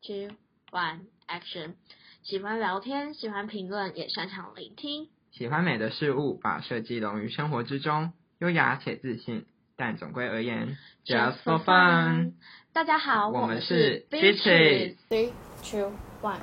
之 One Action。喜欢聊天，喜欢评论，也擅长聆听。喜欢美的事物，把设计融于生活之中，优雅且自信。但总归而言，just for fun。大家好，我们们是是 Beaches Beaches。 Three, two, one，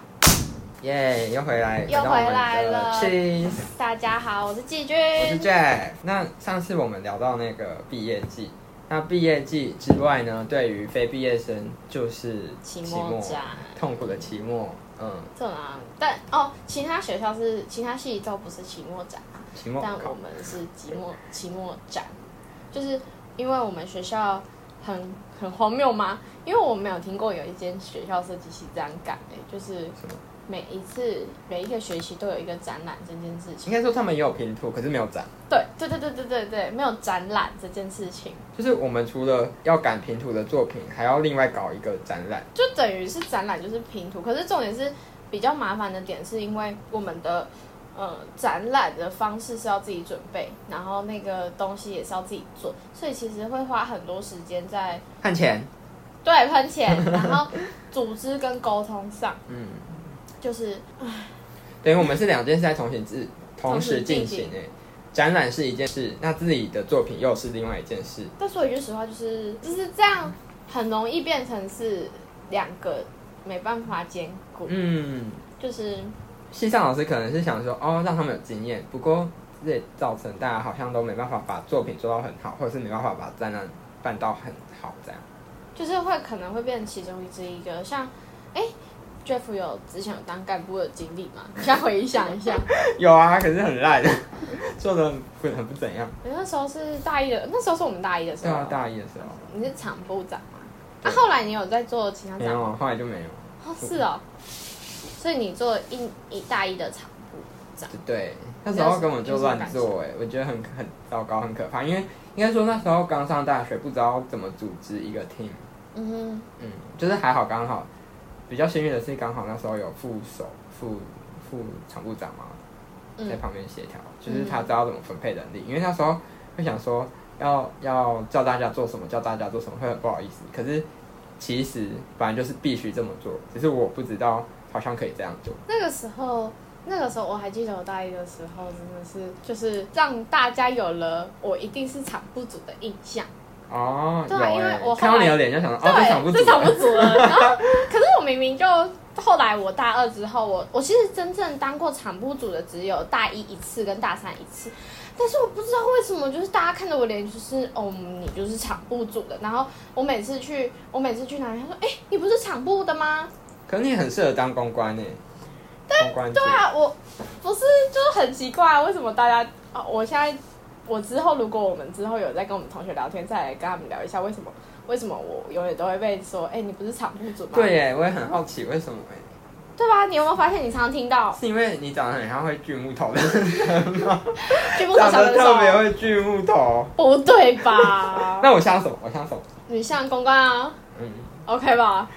耶又回来，又回来回到了我们的 Cheese。大家好，我是季军，我是 Jack。那上次我们聊到那个毕业季，那毕业季之外呢，对于非毕业生就是期末展痛苦的期末，嗯，怎么啊？但哦，其他学校是其他系都不是期末展，期末但考我们是期末期末展，就是因为我们学校很很荒谬吗？因为我没有听过有一间学校设计系这样干诶、就是什么每一次每一个学期都有一个展览这件事应情。该说他们也有拼图，可是没有展。对对对对对对对，没有展览这件事情。就是我们除了要赶拼图的作品，还要另外搞一个展览。就等于是展览就是拼图，可是重点是比较麻烦的点，是因为我们的呃展览的方式是要自己准备，然后那个东西也是要自己做，所以其实会花很多时间在看钱，对喷钱，然后组织跟沟通上，嗯，就是等于我们是两件事在同行制同同时时进进行行诶。展览是一件事，那自己的作品又是另外一件事。但说一句实话，就是就是这样，很容易变成是两个没办法兼顾，嗯，就是系上老师可能是想说，哦，让他们有经验，不过这也造成大家好像都没办法把作品做到很好，或者是没办法把展览办到很好这样。 就是会可能会变成其中之一个，像，哎、j e f f 有之前有当干部的经历吗？你现在回想一下，有啊，可是很烂， 做的不很不怎样。你那时候是大一的，那时候是我们大一的时对候，啊，大一的时候你是厂部长吗？那、对啊、后来你有在做其他没长有吗？啊，后来就没有。哦，是哦，所以你做一一大一的厂部，对，那时候根本就乱有什么做哎、我觉得很很糟糕，很可怕。因为应该说那时候刚上大学，不知道怎么组织一个 team。嗯嗯，就是还好刚好，比较幸运的是刚好那时候有副手副副厂部长嘛，嗯在旁边协调，就是他知道怎么分配人力。因为那时候会想说要要叫大家做什么，叫大家做什么会很不好意思。可是其实反正就是必须这么做，只是我不知道好像可以这样做。那个时候。那个时候我还记得，我大一的时候真的是，就是让大家有了我一定是厂部组的印象。哦，对有啊因为哎、我后看到你来的脸就想说，哦，对，这场不这组场了不足了。然后，可是我明明就后来我大二之后，我我其实真正当过场部组的只有大一一次跟大三一次，但是我不知道为什么，就是大家看着我脸就是，哦，你就是场部组的。然后我每次去，我每次去哪里，他说，哎、你不是场部的吗？可是你很适合当公关呢、欸公关对对，啊，我不是就是很奇怪，为什么大家啊？我现在我之后如果我们之后有在跟我们同学聊天，再来跟他们聊一下为什么为什么我永远都会被说，哎、你不是场部组吗？对耶，我也很好奇为什么哎、对吧？你有没有发现，你常常听到是因为你长得很像会锯木头的， 剧目长小得能特别手？会锯木头。 不对吧？那我像什么？我像什么？你像公关啊嗯， ，OK 吧？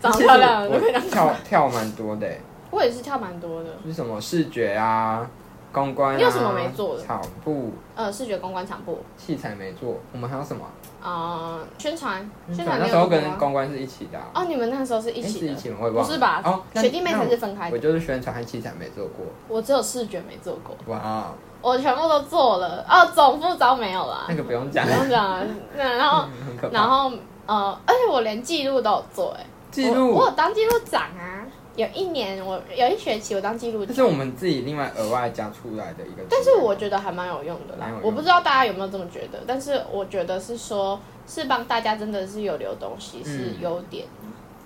长得漂亮，其都可实以我当我跳跳蛮多的、欸， 我也是跳蛮多的，就是什么视觉啊、公关、啊，你有什么没做的草布、呃，视觉公关场部，器材没做，我们还有什么啊？呃，宣传，宣传那没时有候做跟吗？公关是一起的、啊。哦，你们那时候是一诶起是的，一起吗？我也忘了。不是吧哦，那学弟妹那才我是分开的我就是宣传和器材没做过。我只有视觉没做过，哇哦，我全部都做了。哦，总副招没有啦那，个嗯不用讲不，用讲 了。那然后，很可怕。嗯然后，呃，而且我连记录都有做、哎，记我我录有，当记录长啊，有一年我有一学期我当记录长，这是我们自己另外额外加出来的一个。但是我觉得还蛮有用的啦蛮有。用我不知道大家有没有这么觉得，但是我觉得是说，是帮大家真的是有留东西，是嗯优点。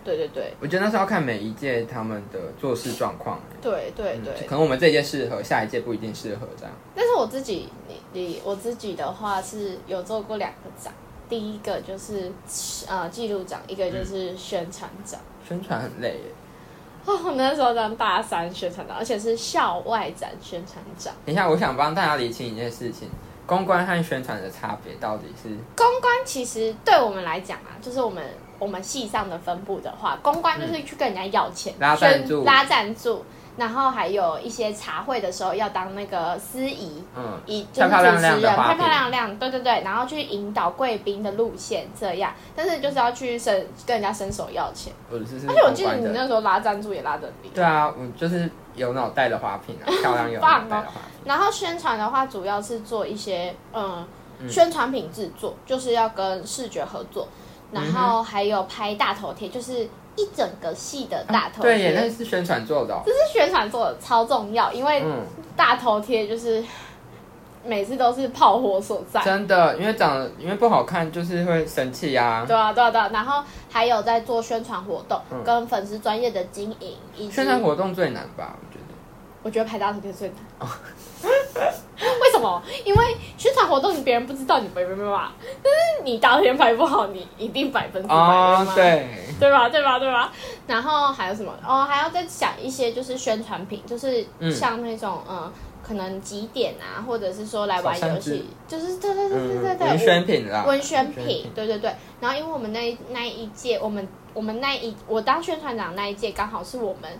对对对我觉得那是要看每一届他们的做事状况。对对嗯对。就可能我们这一届适合，下一届不一定适合这样。但是我自己，你你我自己的话是有做过两个展，第一个就是呃记录展，一个就是宣传展。 宣传很累耶。哦，我那时候当大三宣传展，而且是校外展宣传展。等一下，我想帮大家理清一件事情：公关和宣传的差别到底是？公关其实对我们来讲啊，就是我们我们系上的分部的话，公关就是去跟人家要钱，嗯拉赞助宣拉赞助，然后还有一些茶会的时候要当那个司仪，嗯，以就是漂漂亮主持亮的人花漂瓶漂亮亮，对对对，然后去引导贵宾的路线这样，但是就是要去伸跟人家伸手要钱，我只是而且我记得公你关的那时候拉赞助也拉的厉害。对啊，我就是有脑袋的花瓶 啊，漂亮有哦脑袋的花瓶。然后宣传的话，主要是做一些嗯嗯宣传品制作，就是要跟视觉合作，然后还有拍大头贴，就是一整个系的大头啊对耶，贴。那是宣传做的、哦。这是宣传做的超重要，因为嗯，大头贴就是每次都是炮火所在。真的，因为长得因为不好看，就是会生气啊。嗯对啊，对啊，对啊，然后还有在做宣传活动，跟粉丝专业的经营，以及宣传活哦动最难吧，我觉得。我觉得拍大头贴最难。 为什么？因为宣传活动你别人不知道，你没没没嘛。但是你大头贴拍不好，你一定百分之百哦的嘛，对，对吧？对吧？对吧？然后还有什么？哦，还要再想一些就是宣传品，就是嗯像那种嗯、呃可能几点啊，或者是说来玩小三游戏，就是对对对对对嗯，对，文我宣品啦，文宣品，，对对对。然后因为我们那一那一届，我们我们那一我当宣传长那一届，刚好是我们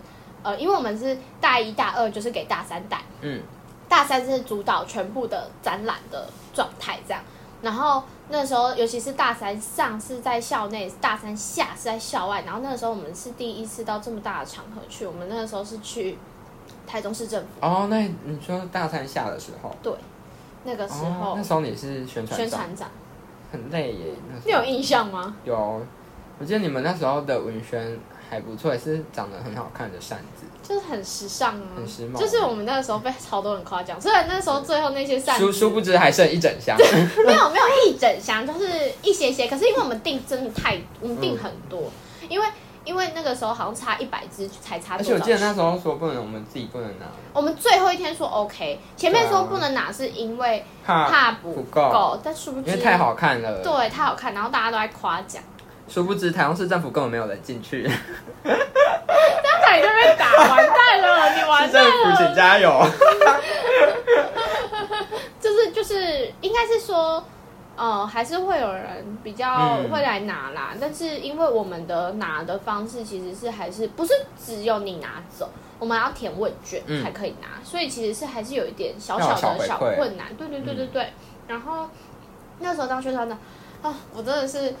呃，因为我们是大一大二，就是给大三带，嗯，大三是主导全部的展览的状态这样。然后那时候，尤其是大三上是在校内，大三下是在校外。然后那个时候我们是第一次到这么大的场合去，我们那个时候是去台中市政府，哦，那你说大三下的时候，那个时哦候、那时候你是宣宣传长，传长，很累耶。那时你有印象吗？候有，我记得你们那时候的文宣还不错，也是长得很好看的扇子，就是很时尚啊，很时髦就是我们那个时候被超多人夸奖，虽然那时候最后那些扇殊子殊不知还剩一整箱。没有没有一整箱，就是一些些。可是因为我们订真的太，我们订很多，因为因为那个时候好像差一百只才差 而多且少我记得只。那时候说不能，我们自己不能拿，我们最后一天说 OK，前面说对啊不能拿是因为怕怕不不够，但殊不因知为太好看了。对太好看，然后大家都在夸奖，殊不知台中市政府根本没有人进去，市那你就被打完蛋了，你 完政蛋府请了。加油。就是就是应该是说，呃，还是会有人比较嗯会来拿啦。但是因为我们的拿的方式其实是还是不是只有你拿走，我们要填问卷嗯才可以拿，所以其实是还是有一点小要有小小回的小馈嗯困难。对对对对对。然后那时候当宣传长，啊，我真的是。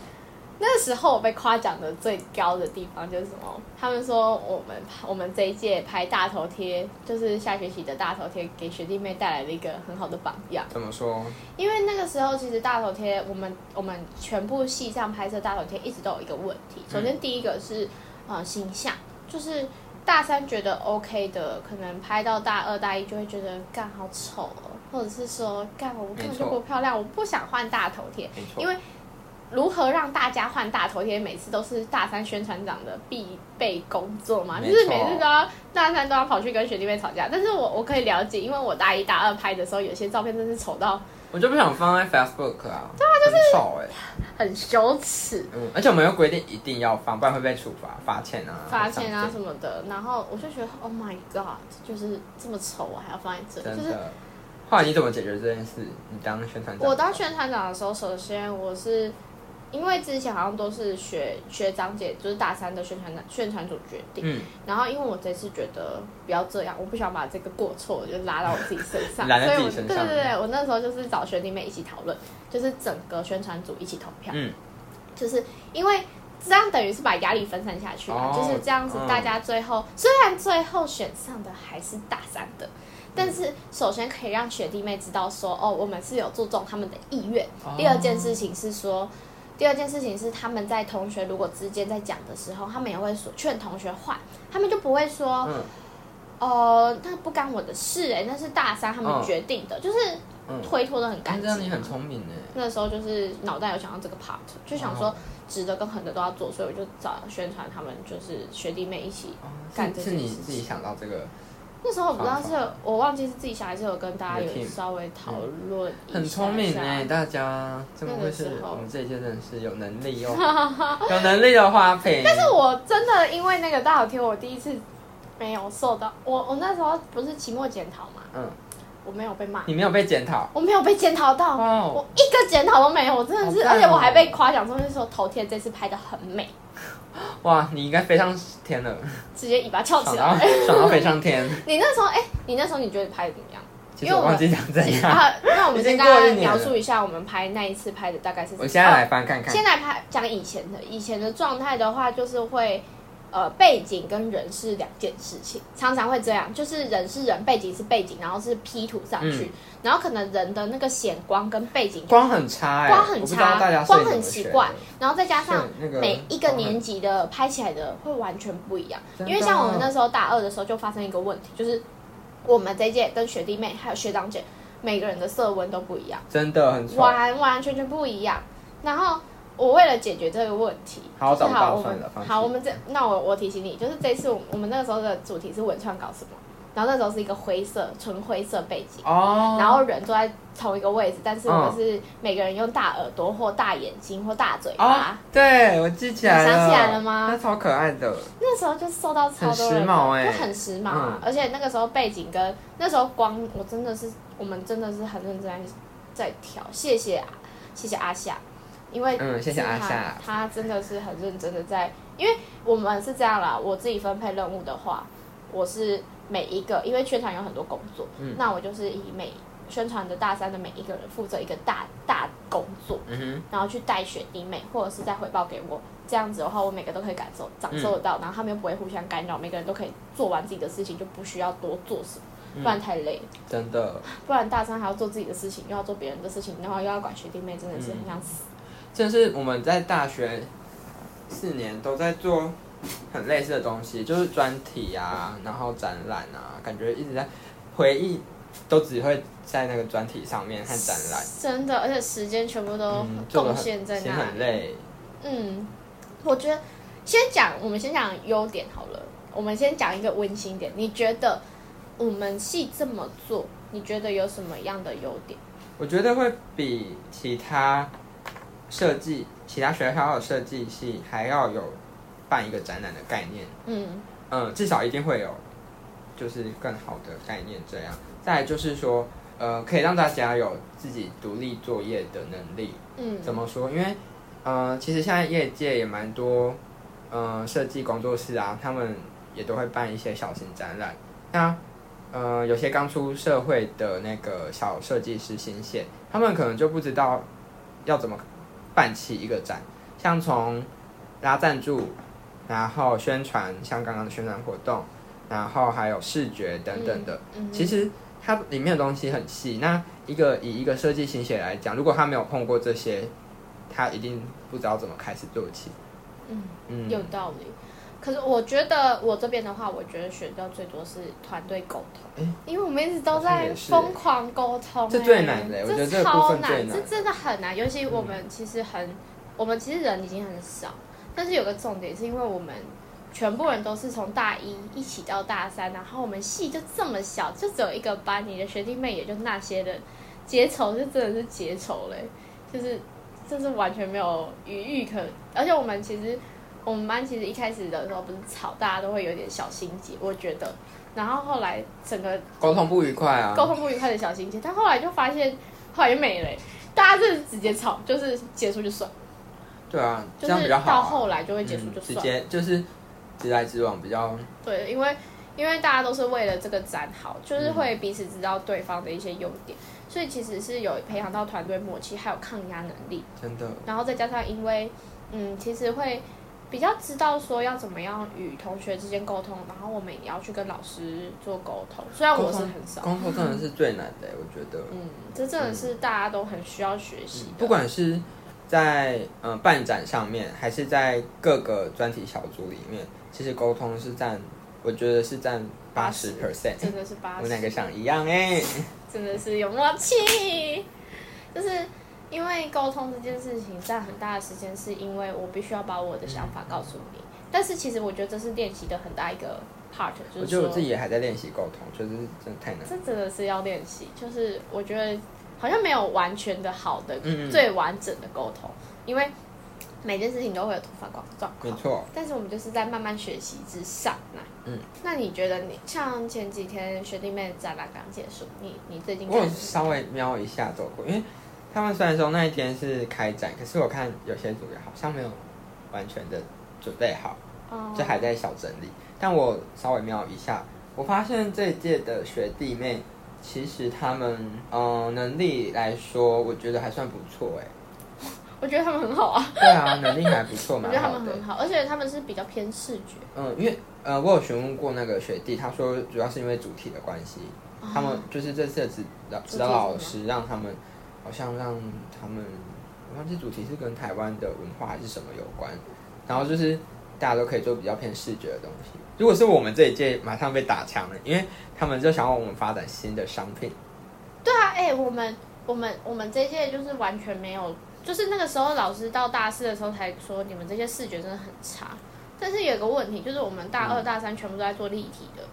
那时候我被夸奖的最高的地方就是什么？他们说我们我们这一届拍大头贴，就是下学期的大头贴，给学弟妹带来了一个很好的榜样。怎么说？因为那个时候其实大头贴，我们我们全部系上拍摄大头贴一直都有一个问题。嗯首先第一个是、呃形象，就是大三觉得 OK 的，可能拍到大二大一就会觉得干好丑哦，或者是说干我根本就没错不漂亮，我不想换大头贴。没错，因为如何让大家换大头贴，每次都是大三宣传长的必备工作嘛，就没是错每次都要大三都要跑去跟学弟妹吵架。但是我我可以了解，因为我大一大二拍的时候，有些照片真是丑到我就不想放在 Facebook 啊，对啊，就是很丑哎、很羞耻，嗯，而且我们又规定一定要放，不然会被处罚、罚钱啊、发现啊上什么的。然后我就觉得，Oh my god，就是这么丑，我还要放在这禁里，真就是。的。后来你怎么解决这件事？你当宣传长，我当宣传长的时候，首先我是因为之前好像都是学学长姐，就是大三的宣传长宣传组决定。嗯，然后因为我这次觉得不要这样，我不想把这个过错我就拉到我自己身 上，揽所在以自我对己身对上对，对我那时候就是找学弟妹一起讨论，就是整个宣传组一起投票，嗯，就是因为。这样等于是把压力分散下去嘛，哦就是这样子，嗯大家最后、虽然最后选上的还是大三的，但是首先可以让学弟妹知道说，哦，我们是有注重他们的意愿。哦第二件事情是说，第二件事情是他们在同学如果之间在讲的时候，他们也会说劝同学换，他们就不会说，嗯哦，那不干我的事哎、那是大三他们嗯决定的，就是嗯，推脱的很但干这净样啊。你很聪明呢、那时候就是脑袋有想到这个 part，就想说哦直的跟横的都要做，所以我就找宣传他们就是学弟妹一起哦干是这是件你事情自己想到这个，那时候我不知道是方法有我忘记是自己想还是有跟大家有有 team 稍微讨论一下下，很聪明欸呢、大家怎么会那个是时候我们这一届真的是有能 力哦，有能力的花瓶。但但是我真的因为那个大头贴，我第一次没有受到我我那时候不是期末检讨嘛，嗯，我没有被骂，你没有被检讨，我没有被检讨到，哇哦我一个检讨都没有，我真的是，好而赞哦且我还被夸奖说是说头贴这次拍的很美，哇，你应该飞上天了，直接尾巴翘爽起到来。爽到飞上天。 你那时候，哎、你那时候你觉得拍的怎么样？其实我忘记讲怎样，啊，那我们先已跟经过大一家年描了述一下我们拍那一次拍的大概是怎么样。我现在来翻看看哦先。来拍讲以前的，以前的状态的话，就是会，呃，背景跟人是两件事情，常常会这样，就是人是人，背景是背景，然后是 P 图上去，嗯然后可能人的那个显光跟背景，光很差哎、光很我不知差道大家光摄影很怎么奇学的怪然后再加上是那个每一个光很年级的拍起来的会完全不一样，真的因为像我们那时候大二的时候就发生一个问题，就是我们这一届跟学弟妹还有学长姐每个人的色温都不一样。真的很丑，完完全全不一样。然后我为了解决这个问题，好就是找不到好我算们了放弃好我们这那我我提醒你，就是这次我们我们那个时候的主题是文创搞什么，然后那时候是一个灰色纯灰色背景。哦。然后人坐在同一个位置，但是我们嗯是每个人用大耳朵或大眼睛或大嘴哦巴。，对，我记起来了，你想起来了吗那超可爱的，那时候就受到超多人很时的，髦欸就很时髦啊！而且那个时候背景跟那时候光，我真的是我们真的是很认真在在调。谢谢啊，谢谢阿夏，因为嗯谢谢是他阿夏他真的是很认真的在，因为我们是这样啦，我自己分配任务的话，我是每一个，因为宣传有很多工作，嗯那我就是以每宣传的大三的每一个人负责一个大大工作，嗯哼，然后去带学弟妹，或者是再回报给我。这样子的话，我每个都可以感受、嗯感受得到，然后他们又不会互相干扰，每个人都可以做完自己的事情，就不需要多做什么，嗯不然太累了。真的，不然大三还要做自己的事情，又要做别人的事情，然后又要管学弟妹，真的嗯是很想死。这是我们在大学四年都在做很类似的东西，就是专题啊，然后展览啊，感觉一直在回忆，都只会在那个专题上面和展览，真的，而且时间全部都嗯，做的哦贡很献在其实那很里。累，嗯，我觉得先讲，我们先讲优点好了。我们先讲一个温馨点，你觉得我们系这么做，你觉得有什么样的优点？我觉得会比其他设计、其他学校的设计系还要有办一个展览的概念，嗯嗯，至少一定会有，就是更好的概念这样。再来就是说，呃，可以让大家有自己独立作业的能力。嗯，怎么说？因为，呃，其实现在业界也蛮多，呃，设计工作室啊，他们也都会办一些小型展览。那，呃，有些刚出社会的那个小设计师新线，他们可能就不知道要怎么办起一个展，像从拉赞助，然后宣传，像刚刚的宣传活动，然后还有视觉等等的。嗯哼其实它里面的东西很细。那一个以一个设计新血来讲，如果他没有碰过这些，他一定不知道怎么开始做起。嗯嗯，有道理。可是我觉得我这边的话，我觉得学到最多是团队沟通，因为我们一直都好像在也是疯狂沟通、这欸最难的欸我觉得这这个部超分最难嗯这真的很难。尤其我们其实很，我们其实人已经很少，但是有个重点是因为我们全部人都是从大一一起到大三，然后我们系就这么小，就只有一个班，你的学弟妹也就那些人，结仇就真的是结仇嘞、就是就是完全没有余裕可，而且我们其实我们班其实一开始的时候不是吵，大家都会有点小心结，我觉得。然后后来整个沟通不愉快啊，沟通不愉快的小心结，但后来就发现后来就没了欸、大家就是直接吵，就是结束就算，对啊，就这样是比较好啊、到后来就会结束就嗯直算。接就是直来直往比较对，因为因为大家都是为了这个展好，就是会彼此知道对方的一些优点，所以其实是有培养到团队默契，还有抗压能力。真的。然后再加上因为，嗯，其实会比较知道说要怎么样与同学之间沟通，然后我们也要去跟老师做沟通。虽然我是很少，沟通真的是最难的、我觉得。嗯嗯，这真的是大家都很需要学习的。不管是在嗯、呃办展上面，还是在各个专题小组里面，其实沟通是占，我觉得是占八十 percent。真的是八我十，们两个想一样哎、真的是有默契。 就是因为沟通这件事情占很大的时间，是因为我必须要把我的想法告诉你。但是其实我觉得这是练习的很大一个 part，就是嗯我觉得说我自己也还在练习沟通，就是真的太难。这真的是要练习，就是我觉得好像没有完全的好的、嗯嗯最完整的沟通，因为每件事情都会有突发状状没况。错，但是我们就是在慢慢学习之上啦。嗯，那你觉得你像前几天学弟妹的展览刚结束，你你最近我有看稍微瞄一下走过，因为他们虽然说那一天是开展，可是我看有些组员好像没有完全的准备好，哦就还在小整理。但我稍微瞄一下，我发现这一届的学弟妹，其实他们嗯、呃能力来说，我觉得还算不错哎。我觉得他们很好啊，对啊，能力还不错，我蛮觉得他好们的很。好，而且他们是比较偏视觉，嗯，因为呃，我有询问过那个学弟，他说主要是因为主题的关系，他们就是这次的指导哦主题是什指导老么师让他们好像让他们，我忘记主题是跟台湾的文化还是什么有关，然后就是大家都可以做比较偏视觉的东西。如果是我们这一届，马上被打枪了，因为他们就想要我们发展新的商品。对啊，哎、我们我们我们这一届就是完全没有，就是那个时候老师到大四的时候才说你们这些视觉真的很差。但是有个问题，就是我们大嗯二、大三全部都在做立体的，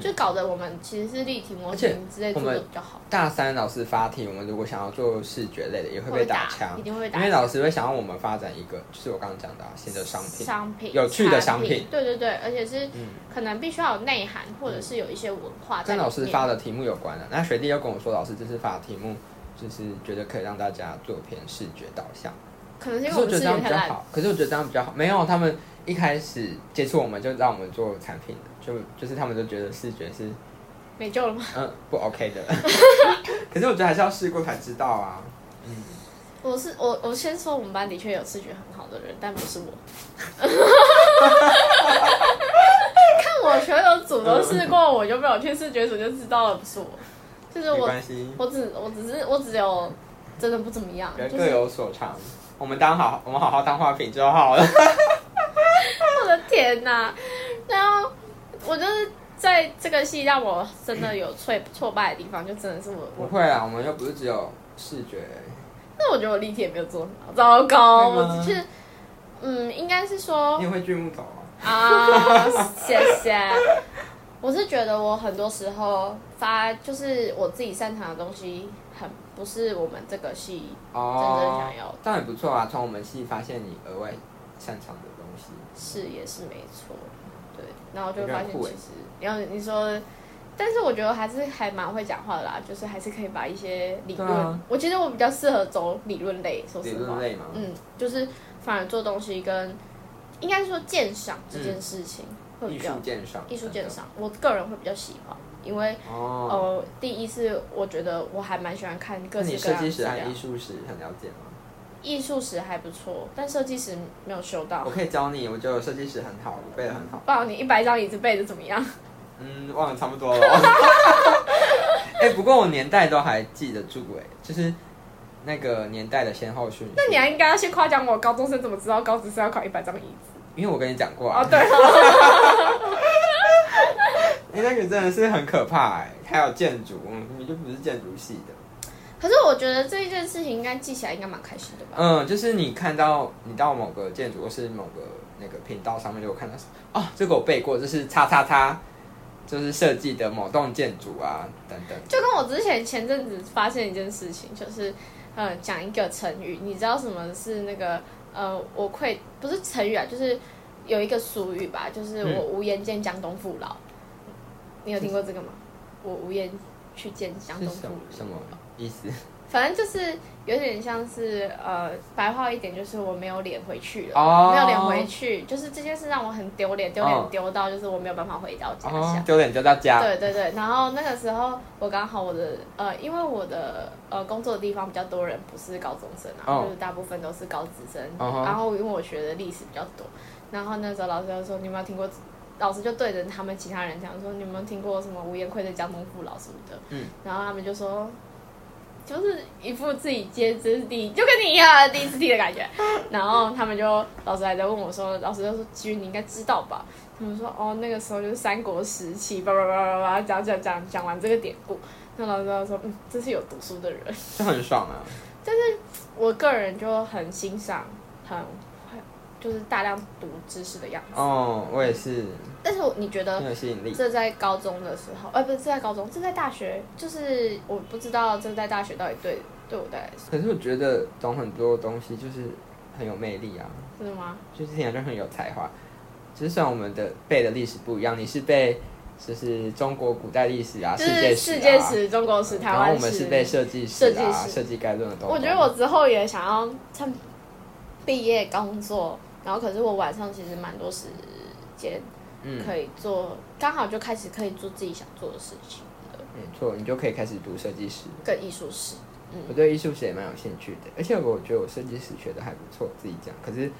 就搞得我们其实是立体模而且型之类我做们的比较好，大三老师发题，我们如果想要做视觉类的，也会会被被打打枪一，定会被打因为老师会想要我们发展一个，就是我刚刚讲的啊新的商品。商品有趣的商产品嗯品，对对对，而且是可能必须要有内涵，或者是有一些文化啊在跟里面。老师发的题目有关的、啊那学弟又跟我说，老师这次发的题目就是觉得可以让大家做偏视觉导向，可能是可因是为我我们觉视得这觉样比太较烂，好。可是我觉得这样比较好，没有他们一开始接触我们就让我们做产品的，就就是他们就觉得视觉是没救了吗？嗯不 OK 的。 可是我觉得还是要试过才知道啊。我是我，我先说我们班的确有视觉很好的人，但不是我。 看我学友组都试过，我就没有去视觉组就知道了，不是我。就是没我，关系，我只我只是我只有真的不怎么样，人就各是有所长。我们当好，我们好好当花瓶就好了。我的天哪！然后我就是在这个戏让我真的有挫挫败的地方，就真的是我不我。会啊，我们又不是只有视觉而已。那我觉得我立体也没有做很好，糟糕！对吗我只是嗯，应该是说你也会锯木头啊？ 啊，谢谢。我是觉得我很多时候发就是我自己擅长的东西，很不是我们这个系哦真正想要的但也不错啊，从我们系发现你额外擅长的东西。是也是没错，对。然后就有点发现酷其欸实，然后你说，但是我觉得还是还蛮会讲话的啦，就是还是可以把一些理论，对啊我觉得我比较适合走理论类，说实理话，论类吗嗯，就是反而做东西跟应该说鉴赏这件事情会嗯艺比较术鉴赏，艺术鉴赏，我个人会比较喜欢，因为等等。哦，呃，第一是我觉得我还蛮喜欢看各那式你各设样的计史资和料艺。术史很了解吗？艺术史还不错，但设计史没有修到我。可以教你，我觉得我设计史很好，我背的很好。不然你一百张椅子背的怎么样？嗯，忘了差不多了。 哎、不过我年代都还记得住哎、就是那个年代的先后顺序。那你还应该要先夸奖我，高中生怎么知道高职生要考一百张椅子？因为我跟你讲过啊哦，，对 哦，哎、那个真的是很可怕哎、还有建筑，我们就不是建筑系的。可是我觉得这一件事情应该记起来，应该蛮开心的吧？嗯，就是你看到你到某个建筑或是某个那个频道上面，就有看到什么哦，这个我背过，这是叉叉叉，就是设计的某栋建筑啊等等。就跟我之前前阵子发现一件事情，就是呃，讲一个成语，你知道什么是那个呃，我愧不是成语啊，就是有一个俗语吧，就是嗯我无颜见江东父老，你有听过这个吗？我无颜去见江是东父什么老，什么意思？反正就是有点像是呃，白话一点就是我没有脸回去了。哦，没有脸回去，就是这件事让我很丢脸，丢哦脸丢到就是我没有办法回到家哦乡，。丢脸丢到家。对对对，然后那个时候我刚好我的呃，因为我的呃工作的地方比较多人不是高中生啊，哦就是大部分都是高职生。嗯哼然后因为我学的历史比较多，然后那时候老师就说你有没有听过？老师就对着他们其他人讲说你有没有听过什么吴彦奎的《江东父老》什么的？嗯，然后他们就说。就是一副自己接之地，就跟你一样第一次听的感觉。 然后他们就老师还在问我说，老师就说：“其实你应该知道吧？”他们说：“哦，那个时候就是三国时期，叭叭叭叭叭，讲讲讲讲完这个典故。”那老师就说：“嗯，这是有读书的人。就很爽啊。”我个人就很欣赏，很很就是大量读知识的样子。哦，我也是，但是我你觉得很有吸引力。这在高中的时候，呃，不是这在高中，这在大学，就是我不知道这在大学到底对对我带来什可是我觉得懂很多东西就是很有魅力啊，么，真的吗？就是听起来就很有才华。就是虽然我们的背的历史不一样，你是背就是中国古代历史啊，就界是史、啊、世界史、中国史、台然后我湾们是史。被设计师啊、设计师设计概论的东西。我觉得我之后也想要趁毕业工作然后可是我晚上其实蛮多时间嗯，可以做，刚好就开始可以做自己想做的事情了，没错，你就可以开始读设计师。跟艺术史。我对艺术史也蛮有兴趣的，而且我觉得我设计史学的还不错，自己讲。可是，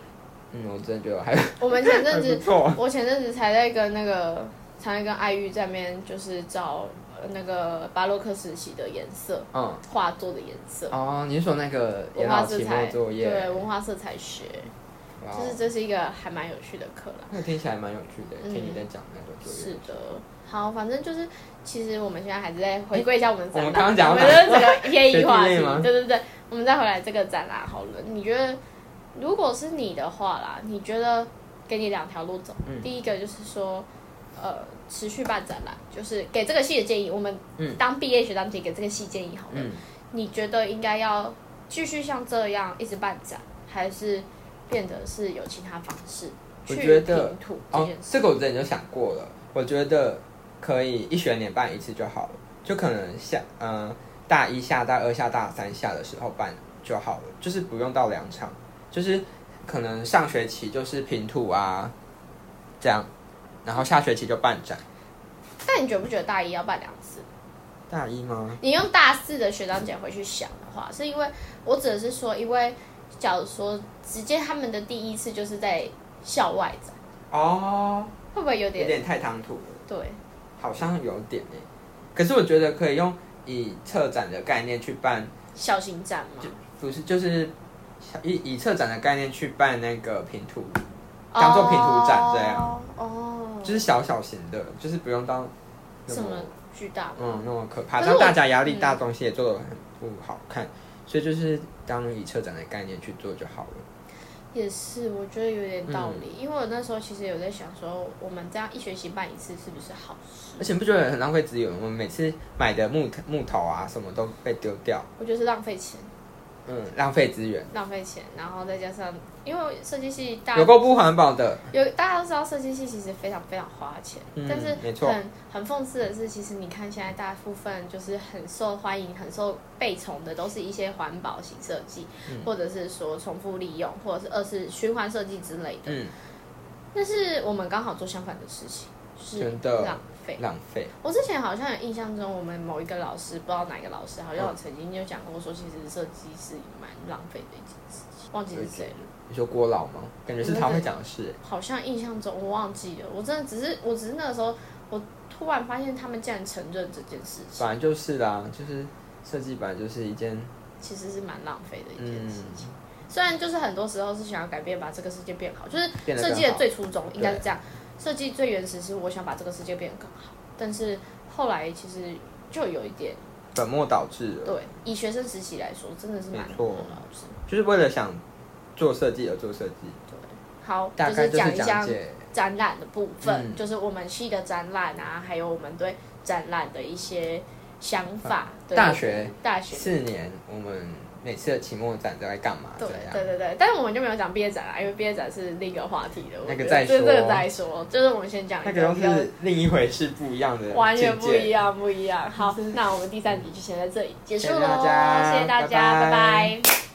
嗯，我真的觉得我还 还我们前阵不子 错。我前阵子才在跟那个，才在跟爱玉在那边，就是找呃那个巴洛克时期的颜色，嗯，画作的颜色，哦，你是说那个文研化老色期彩，末作业，啊对，文化色彩学，哇啊哦就是这是一个还蛮有趣的课啦。那个听起来蛮有趣的，嗯听你在讲那个作业。是的，好，反正就是，其实我们现在还是在回归一下我们的展览，我们刚刚讲到我哪们的整个偏移话学题弟妹吗，对对对，我们再回来这个展览好了。你觉得，如果是你的话啦，你觉得给你两条路走，嗯第一个就是说，呃，持续办展览，就是给这个系的建议，我们嗯当毕业学长姐给这个系建议好了，嗯，你觉得应该要继续像这样一直办展，还是变得是有其他方式我去觉得拼图这哦件，事？这个我之前就想过了，我觉得可以一学年办一次就好了，就可能下嗯、大一下、大二下、大三下的时候办就好了，就是不用到两场，就是可能上学期就是平吐啊这样，然后下学期就办展。但你觉不觉得大一要办两次？大一吗？你用大四的学长姐回去想的话，是因为我指的是说，因为假如说直接他们的第一次就是在校外展，哦，会不会有有点点太唐突了，对？好像有点诶。可是我觉得可以用以策展的概念去办校型展嘛？不是，就是以以策展的概念去办那个拼图，当做平图展这样哦，就是小小型的，就是不用到那什么么巨大？嗯那么可怕，可是让我大家压力嗯大，东西也做的很不好看，所以就是当以策展的概念去做就好了。也是，我觉得有点道理，嗯因为我那时候其实有在想说，我们这样一学期办一次是不是好而事？且你不觉得很浪费资源吗？我们每次买的木头木头啊什么都被丢掉，我觉得是浪费钱，嗯，浪费资源，浪费钱，然后再加上因为设计系大有够不环保的。有大家都知道设计系其实非常非常花钱，嗯但是没错很很讽刺的是，其实你看现在大部分就是很受欢迎、很受被宠的，都是一些环保型设计，嗯或者是说重复利用，或者是二是循环设计之类的。嗯，但是我们刚好做相反的事情，就是真的浪费。浪费。我之前好像有印象中，我们某一个老师，不知道哪个老师，好像嗯有曾经就讲过说，其实设计是蛮浪费的一件事情，忘记是谁了。你说郭老吗？感觉是他会讲的事、好像印象中我忘记了，我真的只是我只是那个时候，我突然发现他们竟然承认这件事情，反正就是啦，就是设计本来就是一件其实是蛮浪费的一件嗯事情。虽然就是很多时候是想要改变，把这个世界变好，就是变得设更计的好最初衷应该是对这样，设计最原始是我想把这个世界变得更好，但是后来其实就有一点，本末倒置了，对，以学生时期来说真的是蛮没错多的老师。就是为了想做设计而做设计，好，大概是讲是一下讲解。展览的部分，嗯就是我们系的展览啊，还有我们对展览的一些想法。对啊大学大学，四年，我们每次的期末展都在干嘛？这对样对对对，但是我们就没有讲毕业展啦，因为毕业展是另一个话题的，我那觉个得再这说这个再说，就是我们先讲一那个都比较是另一回事，不一样的，完全不一。样，不一样。好，那我们第三集就先在这里结束谢谢喽大，家谢谢大家，拜拜拜拜